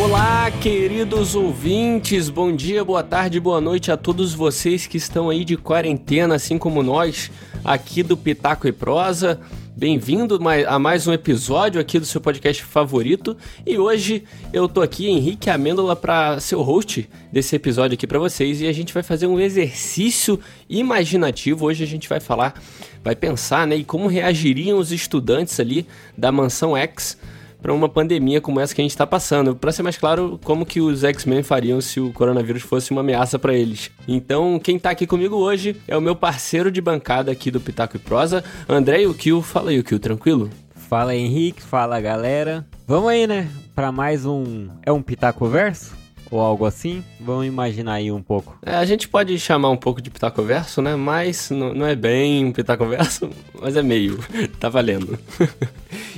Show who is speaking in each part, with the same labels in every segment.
Speaker 1: Olá, queridos ouvintes. Bom dia, boa tarde, boa noite a todos vocês que estão aí de quarentena, assim como nós, aqui do Pitaco e Prosa. Bem-vindo a mais um episódio aqui do seu podcast favorito. E hoje eu tô aqui, Henrique Amêndola, para ser o host desse episódio aqui para vocês. E a gente vai fazer um exercício imaginativo. Hoje a gente vai falar, vai pensar, né, e como reagiriam os estudantes ali da Mansão X para uma pandemia como essa que a gente está passando. Para ser mais claro, como que os X-Men fariam se o coronavírus fosse uma ameaça para eles. Então, quem está aqui comigo hoje é o meu parceiro de bancada aqui do Pitaco e Prosa, André Yukio. Fala aí, Yukio, tranquilo?
Speaker 2: Fala Henrique, fala galera. Vamos aí, né? Para mais um. É um Pitaco Verso? Ou algo assim? Vamos imaginar aí um pouco.
Speaker 1: É, a gente pode chamar um pouco de Pitaco Verso, né? Mas n- não é bem um Pitaco Verso, mas é meio. tá valendo.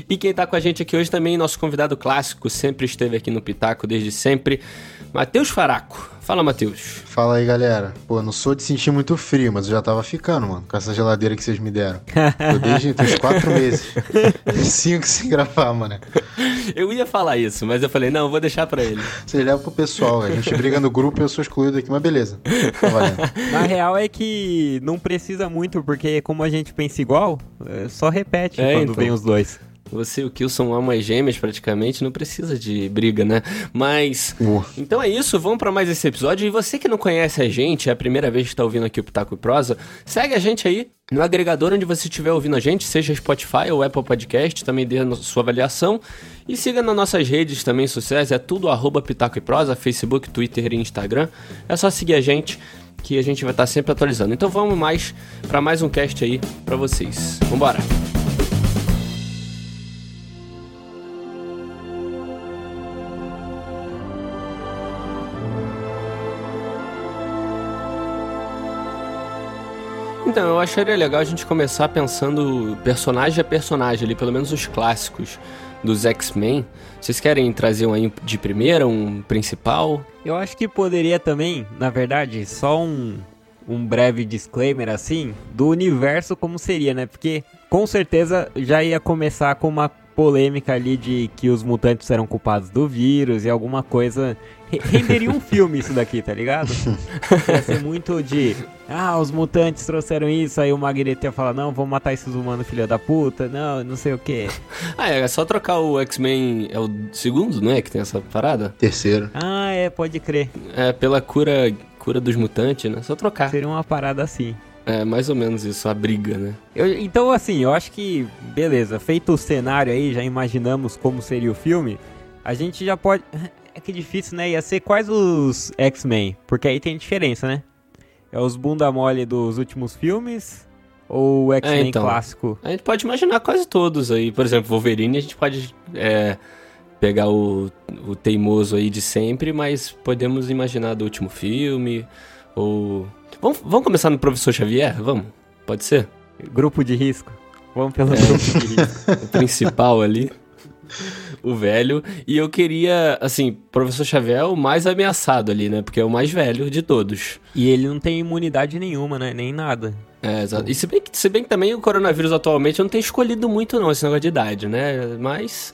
Speaker 1: E quem tá com a gente aqui hoje também, nosso convidado clássico, sempre esteve aqui no Pitaco desde sempre, Matheus Faraco. Fala, Matheus.
Speaker 3: Fala aí, galera. Pô, não sou de sentir muito frio, mas eu já tava ficando, mano, com essa geladeira que vocês me deram. Tô desde tem uns quatro meses. Cinco sem gravar, mano.
Speaker 1: Eu ia falar isso, mas eu falei, não, vou deixar pra ele.
Speaker 3: Vocês levam pro pessoal, a gente briga no grupo e eu sou excluído aqui, mas beleza. Tá valendo.
Speaker 2: Na real é que não precisa muito, porque como a gente pensa igual, é, só repete
Speaker 1: É,
Speaker 2: quando
Speaker 1: então.
Speaker 2: vem os dois.
Speaker 1: Você e o Kill são almas gêmeas praticamente, não precisa de briga, né? Mas.
Speaker 3: Uh.
Speaker 1: Então é isso, vamos pra mais esse episódio. E você que não conhece a gente, é a primeira vez que tá ouvindo aqui o Pitaco e Prosa, segue a gente aí no agregador onde você estiver ouvindo a gente, seja Spotify ou Apple Podcast, também dê a no- sua avaliação. E siga nas nossas redes também, sucesso, é tudo arroba Pitaco e Prosa, Facebook, Twitter e Instagram. É só seguir a gente que a gente vai estar sempre atualizando. Então vamos mais pra mais um cast aí pra vocês. Vambora! Então, eu acharia legal a gente começar pensando personagem a personagem ali, pelo menos os clássicos dos X-Men. Vocês querem trazer um aí de primeira, um principal?
Speaker 2: Eu acho que poderia também, na verdade, só um, um breve disclaimer assim, do universo como seria, né? Porque com certeza já ia começar com uma polêmica ali de que os mutantes eram culpados do vírus e alguma coisa. Re- Renderia um filme isso daqui, tá ligado? Ia ser muito de. Ah, os mutantes trouxeram isso, aí o Magneto ia falar, não, vamos matar esses humanos, filha da puta, não, não sei o quê.
Speaker 1: Ah, é, é só trocar o X-Men, é o segundo, não é, que tem essa parada?
Speaker 3: Terceiro.
Speaker 2: Ah, é, pode crer.
Speaker 1: É, pela cura, cura dos mutantes, né? Só trocar.
Speaker 2: Seria uma parada assim.
Speaker 1: É, mais ou menos isso, a briga, né?
Speaker 2: Eu- então, assim, eu acho que, beleza, feito o cenário aí, já imaginamos como seria o filme, a gente já pode. É que difícil, né? Ia ser quais os X-Men? Porque aí tem diferença, né? É os bunda mole dos últimos filmes ou o X-Men
Speaker 1: então.
Speaker 2: clássico?
Speaker 1: A gente pode imaginar quase todos aí. Por exemplo, Wolverine, a gente pode é, pegar o, o teimoso aí de sempre, mas podemos imaginar do último filme, ou... Vamos, vamos começar no Professor Xavier? Vamos? Pode ser?
Speaker 2: Grupo de risco. Vamos pelo grupo de risco.
Speaker 1: É, O principal ali. O velho. E eu queria, assim, Professor Xavier é o mais ameaçado ali, né? Porque é o mais velho de todos.
Speaker 2: E ele não tem imunidade nenhuma, né? Nem nada.
Speaker 1: É, exato. E se bem, que, se bem que também o coronavírus atualmente não tem escolhido muito, não, esse negócio de idade, né? Mas,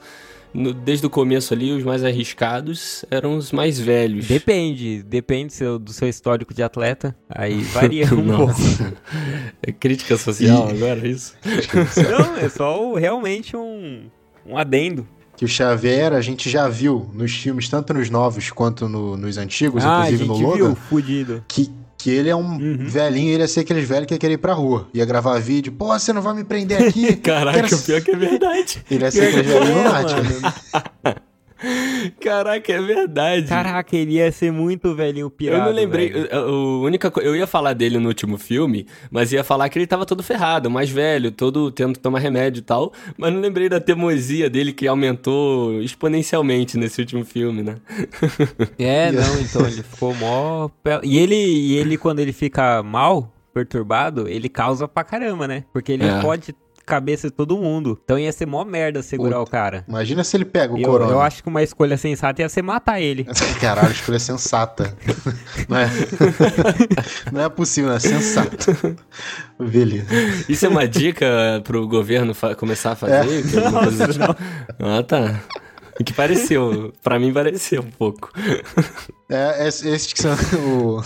Speaker 1: no- desde o começo ali, os mais arriscados eram os mais velhos.
Speaker 2: Depende, depende seu- do seu histórico de atleta. Aí varia um pouco.
Speaker 1: Nossa. É crítica social agora, é isso?
Speaker 2: Não, é só o- realmente um, um adendo.
Speaker 3: Que o Xavier a gente já viu nos filmes, tanto nos novos quanto no- nos antigos,
Speaker 2: ah,
Speaker 3: inclusive
Speaker 2: a
Speaker 3: no
Speaker 2: gente
Speaker 3: Logan.
Speaker 2: viu, fudido.
Speaker 3: Que, que ele é um
Speaker 2: Uhum.
Speaker 3: velhinho, ele ia ser aqueles velhos que ia querer ir pra rua. Ia gravar vídeo, pô, você não vai me prender aqui.
Speaker 1: Caraca,
Speaker 3: Quero-
Speaker 1: o pior que é verdade.
Speaker 3: Ele ia ser aqueles velhinhos lunáticos.
Speaker 1: Caraca, é verdade.
Speaker 2: Caraca, ele ia ser muito velhinho pirado.
Speaker 1: eu não lembrei.
Speaker 2: velho.
Speaker 1: Eu, única, co- eu ia falar dele no último filme, mas ia falar que ele tava todo ferrado, mais velho, todo tendo que tomar remédio e tal. Mas não lembrei da teimosia dele que aumentou exponencialmente nesse último filme, né?
Speaker 2: É, não, então ele ficou mó. pe- E ele, e ele, quando ele fica mal, perturbado, ele causa pra caramba, né? Porque ele
Speaker 1: É.
Speaker 2: pode cabeça de todo mundo. Então ia ser mó merda segurar o cara.
Speaker 3: Imagina se ele pega o
Speaker 2: Eu,
Speaker 3: corona.
Speaker 2: eu acho que uma escolha sensata ia ser matar ele.
Speaker 3: Caralho, escolha é sensata. Não é, não é possível, não é sensato. Beleza.
Speaker 1: Isso é
Speaker 2: É.
Speaker 1: uma dica pro governo fa- começar a fazer? Que alguma coisa do tipo- Ah, tá. Que pareceu, pra mim pareceu um pouco.
Speaker 3: É, es- esses que são o...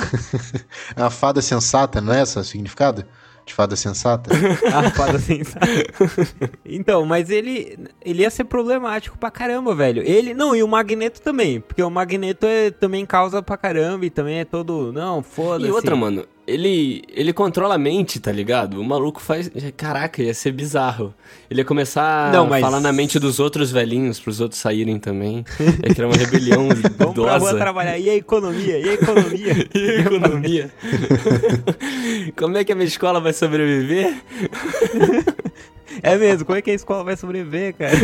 Speaker 3: a fada sensata, não é essa o significado? De fada sensata?
Speaker 2: A fada sensata. Ah, assim. Então, mas ele, ele ia ser problemático pra caramba, velho. Ele, não, e o Magneto também, porque o Magneto é- também causa pra caramba e também é todo, não, foda-se.
Speaker 1: E outra, mano, ele, ele controla a mente, tá ligado? O maluco faz. Caraca, ia ser bizarro. Ele ia começar
Speaker 2: Não,
Speaker 1: a
Speaker 2: mas-
Speaker 1: falar na mente dos outros velhinhos, pros outros saírem também. Ia criar uma rebelião
Speaker 2: Vamos pra rua
Speaker 1: idosa.
Speaker 2: trabalhar, e a economia, e a economia.
Speaker 1: E a economia? Como é que a minha escola vai sobreviver?
Speaker 2: É mesmo, como é que a escola vai sobreviver, cara?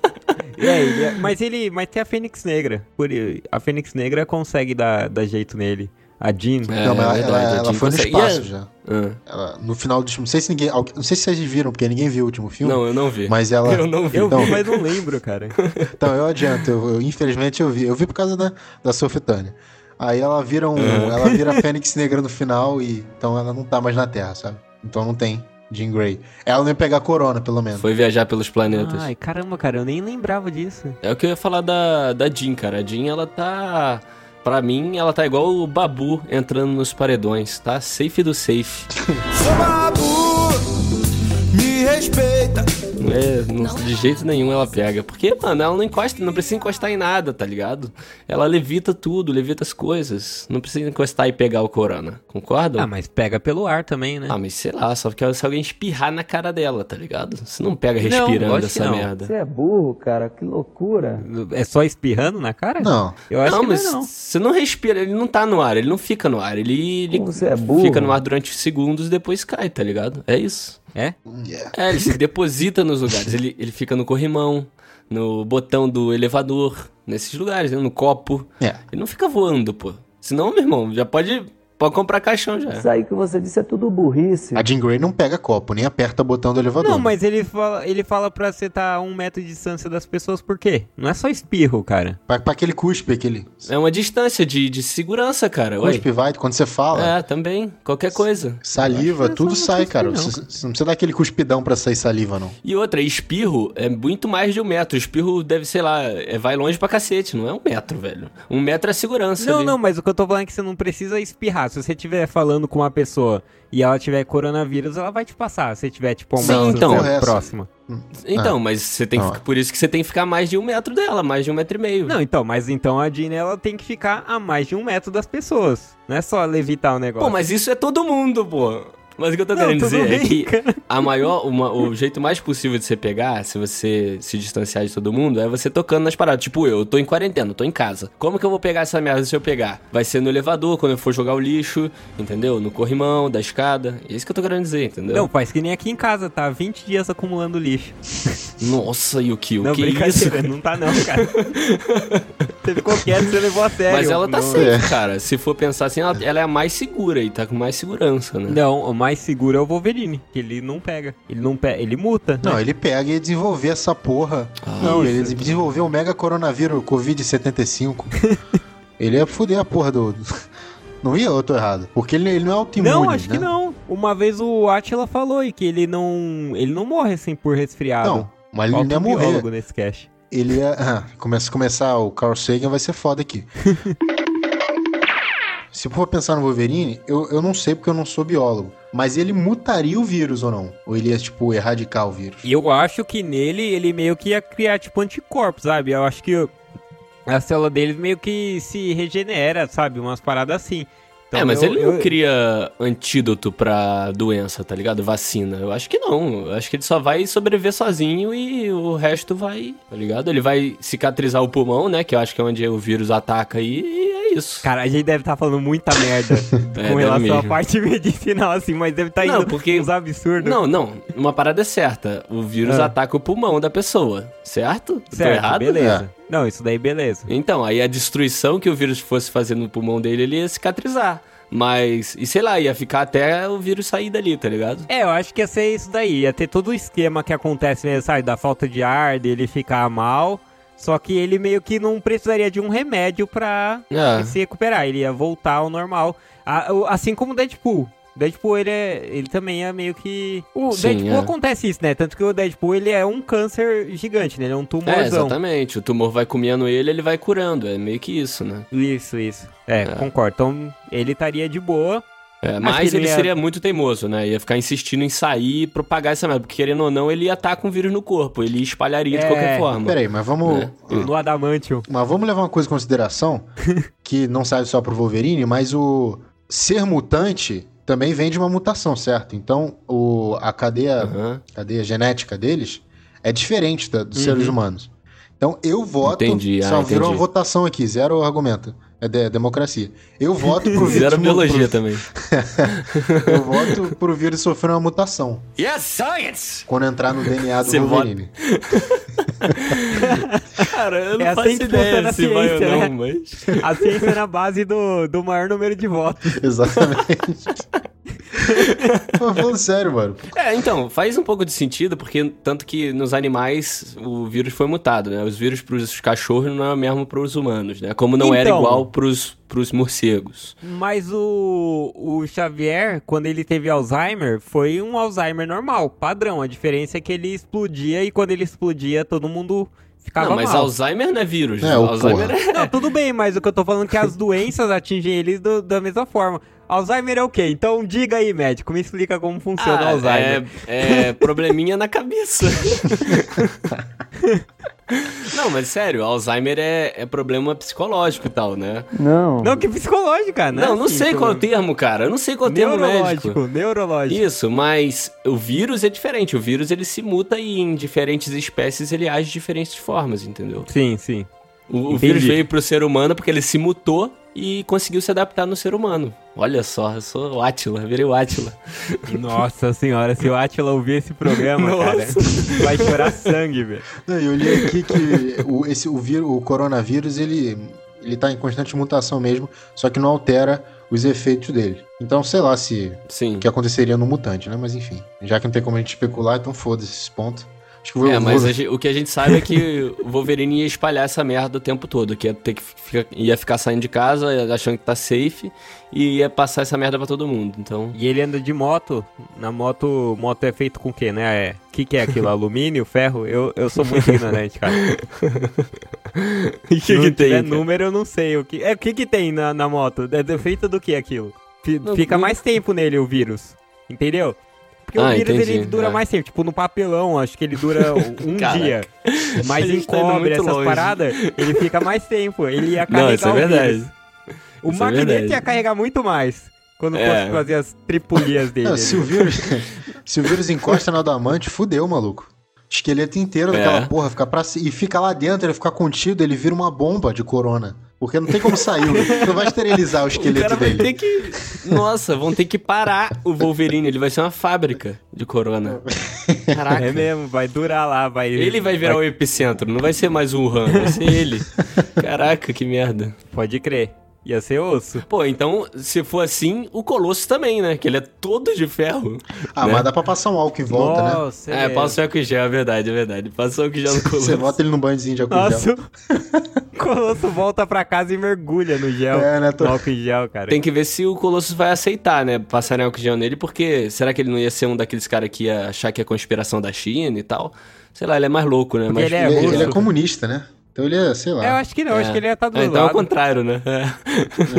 Speaker 2: E aí, ele- mas ele. Mas tem a Fênix Negra. Por, a Fênix Negra consegue dar, dar jeito nele. A Jean.
Speaker 1: É,
Speaker 3: não, mas ela- ela,
Speaker 1: a
Speaker 3: ela
Speaker 1: Jean
Speaker 3: foi no
Speaker 1: consegue-
Speaker 3: espaço
Speaker 1: Ia-
Speaker 3: já.
Speaker 1: Ah,
Speaker 3: Ela- no final do filme, não sei se ninguém, al- não sei se vocês viram, porque ninguém viu o último
Speaker 2: um
Speaker 3: filme.
Speaker 1: Não, eu não vi.
Speaker 3: Mas ela.
Speaker 1: Eu não vi.
Speaker 2: Eu
Speaker 3: Então-
Speaker 2: vi, mas não lembro, cara.
Speaker 3: Então, eu adianto, eu, eu- infelizmente eu vi. Eu vi por causa da, da Sophie Turner. Aí ela vira um.
Speaker 1: Uhum.
Speaker 3: Ela vira a Fênix Negra no final e. Então ela não tá mais na Terra, sabe? Então não tem Jean Grey. Ela não ia pegar a corona, pelo menos.
Speaker 1: Foi viajar pelos planetas.
Speaker 2: Ai, caramba, cara, eu nem lembrava disso.
Speaker 1: É o que eu ia falar da, da Jean, cara. A Jean, ela tá. Pra mim, ela tá igual o Babu entrando nos paredões, tá? Safe do safe.
Speaker 4: Seu babu, me respeita.
Speaker 1: É, não- de jeito nenhum ela pega. Porque, mano, ela não encosta, não precisa encostar em nada, tá ligado? Ela levita tudo, levita as coisas. Não precisa encostar e pegar o corona. Concordam?
Speaker 2: Ah, mas pega pelo ar também, né?
Speaker 1: Ah, mas sei lá, só porque se alguém espirrar na cara dela, tá ligado? Você não pega
Speaker 2: Não,
Speaker 1: respirando
Speaker 2: lógico que
Speaker 1: essa
Speaker 2: não.
Speaker 1: merda.
Speaker 5: Você é burro, cara, que loucura.
Speaker 2: É só espirrando na cara?
Speaker 3: Não.
Speaker 2: Eu acho
Speaker 1: não,
Speaker 2: que
Speaker 1: mas
Speaker 2: não, é, não.
Speaker 1: você não respira, ele não tá no ar, ele não fica no ar, ele, ele
Speaker 5: Como você é burro.
Speaker 1: fica no ar durante segundos e depois cai, tá ligado? É isso.
Speaker 2: É?
Speaker 3: Yeah.
Speaker 1: É, ele se deposita nos lugares, ele, ele fica no corrimão, no botão do elevador, nesses lugares, né? no copo.
Speaker 3: É.
Speaker 1: Ele não fica voando, pô. Senão, meu irmão, já pode, pode comprar caixão já.
Speaker 5: Isso aí que você disse é tudo burrice.
Speaker 3: A Jean Grey não pega copo, nem aperta o botão do elevador.
Speaker 2: Não, mas ele fala, ele fala pra você estar a um metro de distância das pessoas, por quê? Não é só espirro, cara.
Speaker 3: Pra, pra aquele cuspe, aquele.
Speaker 1: É uma distância de, de segurança, cara. Ué.
Speaker 3: Cuspe vai, quando você fala.
Speaker 1: É, também. Qualquer coisa.
Speaker 3: Saliva,
Speaker 2: Eu acho que
Speaker 3: tudo
Speaker 2: essa não
Speaker 3: sai,
Speaker 2: cuspe
Speaker 3: cara.
Speaker 2: não,
Speaker 3: Você,
Speaker 2: cara.
Speaker 3: você não precisa dar aquele cuspidão pra sair saliva, não.
Speaker 1: E outra, espirro é muito mais de um metro. Espirro deve, sei lá, é- vai longe pra cacete, não é um metro, velho. Um metro é segurança.
Speaker 2: Não,
Speaker 1: ali.
Speaker 2: não, mas o que eu tô falando é que você não precisa espirrar. Se você estiver falando com uma pessoa e ela tiver coronavírus, ela vai te passar. Se você tiver, tipo,
Speaker 1: Sim,
Speaker 2: uma
Speaker 1: então.
Speaker 2: distância
Speaker 3: Correto.
Speaker 2: próxima.
Speaker 1: Então, mas você tem que
Speaker 3: Não.
Speaker 1: ficar- por isso que você tem que ficar mais de um metro dela, mais de um metro e meio.
Speaker 2: Não, então, mas então a Dina, ela tem que ficar a mais de um metro das pessoas. Não é só levitar o negócio.
Speaker 1: Pô, mas isso é todo mundo, pô. Mas o que eu tô
Speaker 2: Não,
Speaker 1: querendo
Speaker 2: tudo
Speaker 1: dizer é
Speaker 2: bem,
Speaker 1: que
Speaker 2: cara.
Speaker 1: a maior, uma- o jeito mais possível de você pegar, se você se distanciar de todo mundo, é você tocando nas paradas. Tipo, eu tô em quarentena, eu tô em casa. Como que eu vou pegar essa merda se eu pegar? Vai ser no elevador, quando eu for jogar o lixo, entendeu? No corrimão, da escada. É isso que eu tô querendo dizer, entendeu?
Speaker 2: Não, faz que nem aqui em casa, tá 20 dias acumulando lixo.
Speaker 1: Nossa, Yuki, o
Speaker 2: não,
Speaker 1: que é isso?
Speaker 2: brincadeira, não tá não, cara. você ficou quieto, você levou a sério.
Speaker 1: Mas ela tá
Speaker 2: não,
Speaker 1: safe, cara. Se for pensar assim, ela, ela é a mais segura e tá com mais segurança, né?
Speaker 2: Não, o mais seguro é o Wolverine, que ele não pega. Ele não pega, ele né? muta.
Speaker 3: Não, ele pega e desenvolver essa porra.
Speaker 2: Ah,
Speaker 3: não,
Speaker 2: é
Speaker 3: ele desenvolveu o mega coronavírus Covid-75. ele ia fuder a porra do. do- Não ia ou eu tô errado? Porque ele, ele não é autoimune,
Speaker 2: Não, acho
Speaker 3: né?
Speaker 2: que não. Uma vez o Atila falou aí que ele não, ele não morre assim por resfriado.
Speaker 3: Não, mas ele não
Speaker 2: Falta
Speaker 3: ia
Speaker 2: um
Speaker 3: morrer.
Speaker 2: biólogo nesse cast.
Speaker 3: Ele ia. Ah, começa, começar o Carl Sagan vai ser foda aqui. Se for pensar no Wolverine, eu, eu não sei porque eu não sou biólogo. Mas ele mutaria o vírus ou não? Ou ele ia, tipo, erradicar o vírus?
Speaker 2: E eu acho que nele ele meio que ia criar tipo anticorpos, sabe? Eu acho que o- a célula dele meio que se regenera, sabe? Umas paradas assim. Então,
Speaker 1: é, mas
Speaker 2: eu-
Speaker 1: ele não
Speaker 2: eu-
Speaker 1: cria antídoto pra doença, tá ligado? Vacina. Eu acho que não. Eu acho que ele só vai sobreviver sozinho e o resto vai, tá ligado? Ele vai cicatrizar o pulmão, né? Que eu acho que é onde o vírus ataca aí, e é isso.
Speaker 2: Cara, a gente deve estar falando muita merda
Speaker 1: É,
Speaker 2: com
Speaker 1: deve
Speaker 2: relação à
Speaker 1: mesmo.
Speaker 2: parte medicinal, assim, mas deve estar
Speaker 1: Não,
Speaker 2: indo
Speaker 1: porque-
Speaker 2: uns absurdos.
Speaker 1: Não, não. Uma parada é certa. O vírus
Speaker 2: Ah.
Speaker 1: ataca o pulmão da pessoa, certo? Eu Tô
Speaker 2: certo,
Speaker 1: errado?
Speaker 2: beleza. Não, isso daí beleza.
Speaker 1: Então, aí a destruição que o vírus fosse fazer no pulmão dele, ele ia cicatrizar. Mas, e sei lá, ia ficar até o vírus sair dali, tá ligado?
Speaker 2: É, eu acho que ia ser isso daí. Ia ter todo o esquema que acontece, né, sabe? Da falta de ar, dele ficar mal. Só que ele meio que não precisaria de um remédio pra
Speaker 1: É.
Speaker 2: se recuperar. Ele ia voltar ao normal. A- o- Assim como o Deadpool. Deadpool, ele, é, ele também é meio que... O
Speaker 1: Sim,
Speaker 2: Deadpool
Speaker 1: é.
Speaker 2: acontece isso, né? Tanto que o Deadpool, ele é um câncer gigante, né? Ele é um
Speaker 1: É,
Speaker 2: tumorzão.
Speaker 1: exatamente. O tumor vai comendo ele, ele vai curando. É meio que isso, né?
Speaker 2: isso, isso. É, concordo. Então, ele estaria de boa.
Speaker 1: É, mas
Speaker 2: que ele
Speaker 1: ele
Speaker 2: ia-
Speaker 1: seria muito teimoso, né? Ia ficar insistindo em sair e propagar essa merda. Porque querendo ou não, ele ia estar com o vírus no corpo. Ele espalharia de
Speaker 2: É.
Speaker 1: qualquer forma.
Speaker 3: Peraí, mas vamos.
Speaker 1: É.
Speaker 2: No Adamantium.
Speaker 3: Mas vamos levar uma coisa em consideração, que não serve só pro Wolverine, mas o ser mutante também vem de uma mutação, certo? Então, o, a cadeia,
Speaker 1: Aham.
Speaker 3: cadeia genética deles é diferente da, dos seres humanos. Então, eu voto...
Speaker 1: Uhum. Entendi, ah,
Speaker 3: Só virou uma
Speaker 1: entendi.
Speaker 3: votação aqui, zero argumento. É, de- é democracia. Eu voto pro vírus...
Speaker 1: Zero
Speaker 3: mu-
Speaker 1: biologia também.
Speaker 3: pro- eu voto pro vírus sofrer uma mutação
Speaker 1: é
Speaker 4: Yes, science!
Speaker 3: quando entrar no DNA do
Speaker 1: Você vota-
Speaker 3: Wolverine.
Speaker 1: Cara, eu
Speaker 2: não É assim faço que ideia funciona a se vai ou ciência, não, né?
Speaker 1: mas...
Speaker 2: A ciência é na base do, do maior número de votos.
Speaker 3: Exatamente. Pô, falando sério, mano.
Speaker 1: É, então, faz um pouco de sentido, porque tanto que nos animais o vírus foi mutado, né? Os vírus pros cachorros não é o mesmo pros humanos, né? Como não era
Speaker 2: Então.
Speaker 1: igual pros, pros morcegos.
Speaker 2: Mas o, o Xavier, quando ele teve Alzheimer, foi um Alzheimer normal, padrão. A diferença é que ele explodia e quando ele explodia, todo mundo ficava
Speaker 1: não, mas
Speaker 2: mal.
Speaker 1: Alzheimer não é vírus.
Speaker 3: É, o
Speaker 1: Alzheimer
Speaker 3: porra.
Speaker 1: é...
Speaker 2: Não, tudo bem, mas o que eu tô falando é que as doenças atingem eles do- da mesma forma. Alzheimer é o quê? Então diga aí, médico, me explica como funciona o Alzheimer.
Speaker 1: Ah, É, é probleminha na cabeça. não, mas sério, Alzheimer é, é problema psicológico e tal, né?
Speaker 5: Não.
Speaker 2: Não, que psicológica, né?
Speaker 1: não, não sei qual é o termo, cara. Eu não sei qual é o termo médico.
Speaker 2: Neurológico, neurológico.
Speaker 1: Isso, mas o vírus é diferente. O vírus ele se muta e em diferentes espécies ele age de diferentes formas, entendeu?
Speaker 2: Sim, sim.
Speaker 1: O, o
Speaker 2: Entendi.
Speaker 1: vírus veio pro ser humano porque ele se mutou e conseguiu se adaptar no ser humano. Olha só, eu sou o Átila, virei o Átila.
Speaker 2: Nossa senhora, se o Atila ouvir esse programa, cara, vai chorar sangue, velho.
Speaker 3: Não, eu li aqui que o, esse, o, vírus, o coronavírus, ele, ele tá em constante mutação mesmo, só que não altera os efeitos dele. Então, sei lá se
Speaker 1: Sim.
Speaker 3: o que aconteceria no mutante, né? Mas enfim, já que não tem como a gente especular, então foda-se esse ponto. Acho que eu vou,
Speaker 1: É, mas
Speaker 3: vou-
Speaker 1: a gente- o que a gente sabe é que o Wolverine ia espalhar essa merda o tempo todo, que ia, ter que ficar, ia ficar saindo de casa achando que tá safe e ia passar essa merda pra todo mundo. Então,
Speaker 2: E ele anda de moto. Na moto, moto é feito com o quê, né? É, que que é aquilo? Alumínio, ferro? Eu, eu sou muito ignorante, cara.
Speaker 1: o que
Speaker 2: não
Speaker 1: que
Speaker 2: tiver
Speaker 1: tem? cara?
Speaker 2: número, eu não sei o que. É, o que que tem na, na moto? É de- feito do que aquilo? Fi-
Speaker 1: Não,
Speaker 2: Fica
Speaker 1: não-
Speaker 2: mais tempo nele o vírus. Entendeu? Porque o
Speaker 1: Ah,
Speaker 2: vírus ele
Speaker 1: entendi,
Speaker 2: dura
Speaker 1: é.
Speaker 2: mais tempo, tipo no papelão, acho que ele dura um
Speaker 1: Caraca.
Speaker 2: dia. Mas
Speaker 1: A
Speaker 2: em
Speaker 1: gente tá indo
Speaker 2: cobre,
Speaker 1: muito
Speaker 2: essas
Speaker 1: longe.
Speaker 2: paradas, ele fica mais tempo. Ele ia carregar
Speaker 1: Não, isso é
Speaker 2: o vírus.
Speaker 1: verdade.
Speaker 2: O
Speaker 1: Isso é
Speaker 2: Magneto
Speaker 1: verdade.
Speaker 2: ia carregar muito mais quando
Speaker 1: É.
Speaker 2: fosse fazer as tripulias dele.
Speaker 3: Não, se, o vírus, se o vírus encosta na Adamante, fudeu, maluco. Esqueleto inteiro daquela
Speaker 1: É.
Speaker 3: porra fica pra ci- e fica lá dentro, ele fica contido, ele vira uma bomba de corona. Porque não tem como sair, né? não vai esterilizar o
Speaker 1: O cara
Speaker 3: esqueleto
Speaker 1: vai
Speaker 3: dele.
Speaker 1: ter que. Nossa, vão ter que parar o Wolverine. Ele vai ser uma fábrica de corona.
Speaker 2: É
Speaker 1: Caraca.
Speaker 2: mesmo, vai durar lá, vai.
Speaker 1: Ele vai virar o epicentro, não vai ser mais um Wuhan, vai ser ele. Caraca, que merda.
Speaker 2: Pode crer. Ia ser osso.
Speaker 1: Pô, então, se for assim, o Colosso também, né? Que ele é todo de ferro.
Speaker 3: Ah,
Speaker 1: né?
Speaker 3: mas dá pra passar um álcool em volta, né?
Speaker 2: Nossa,
Speaker 1: É, passa o álcool em gel, é verdade, é verdade. Passa o álcool em gel no Colosso.
Speaker 3: Você bota ele no banhozinho de álcool em
Speaker 2: Nossa,
Speaker 3: gel.
Speaker 2: o Colosso volta pra casa e mergulha no gel.
Speaker 3: É, né, tô-
Speaker 2: No álcool em gel, cara.
Speaker 1: Tem que ver se o Colossus vai aceitar, né? Passarem álcool em gel nele, porque será que ele não ia ser um daqueles caras que ia achar que é conspiração da China e tal? Sei lá, ele é mais louco, né?
Speaker 2: Porque
Speaker 1: Mas...
Speaker 2: ele é
Speaker 3: ele,
Speaker 2: russo.
Speaker 3: ele é comunista, né? Então ele é, sei lá.
Speaker 2: É, eu acho que não, eu acho que ele ia estar do
Speaker 1: É, então é o
Speaker 2: lado.
Speaker 1: contrário, né? É.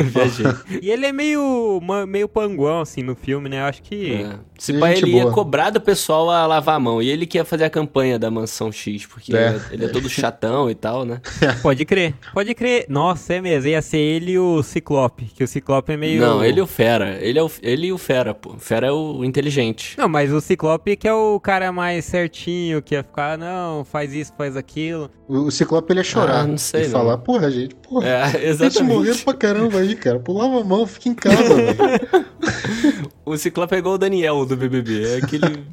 Speaker 1: Viajei.
Speaker 2: E ele é meio, ma- meio panguão, assim, no filme, né? Eu acho que...
Speaker 1: É. Se
Speaker 3: Gente
Speaker 1: pá, ele ia
Speaker 3: boa.
Speaker 1: cobrar do pessoal a lavar a mão. E ele que ia fazer a campanha da mansão X, porque
Speaker 3: É.
Speaker 1: ele é todo chatão e tal, né?
Speaker 2: Pode crer, pode crer. Nossa, é mesmo, ia ser ele e o Ciclope, que o Ciclope é meio...
Speaker 1: Não, ele e o Fera. Ele, é o, ele e o Fera, pô. O Fera é o inteligente.
Speaker 2: Não, mas o Ciclope que é o cara mais certinho, que ia ficar, não, faz isso, faz aquilo.
Speaker 3: O, o Ciclope ele ia chorar.
Speaker 1: Ah, não sei,
Speaker 3: e
Speaker 1: não.
Speaker 3: falar, porra, gente, porra.
Speaker 1: É,
Speaker 3: a gente
Speaker 1: exatamente.
Speaker 3: morreu pra caramba aí, cara. Pulava a mão, fica em casa, velho.
Speaker 1: O Ciclope é igual o Daniel do BBB. É aquele.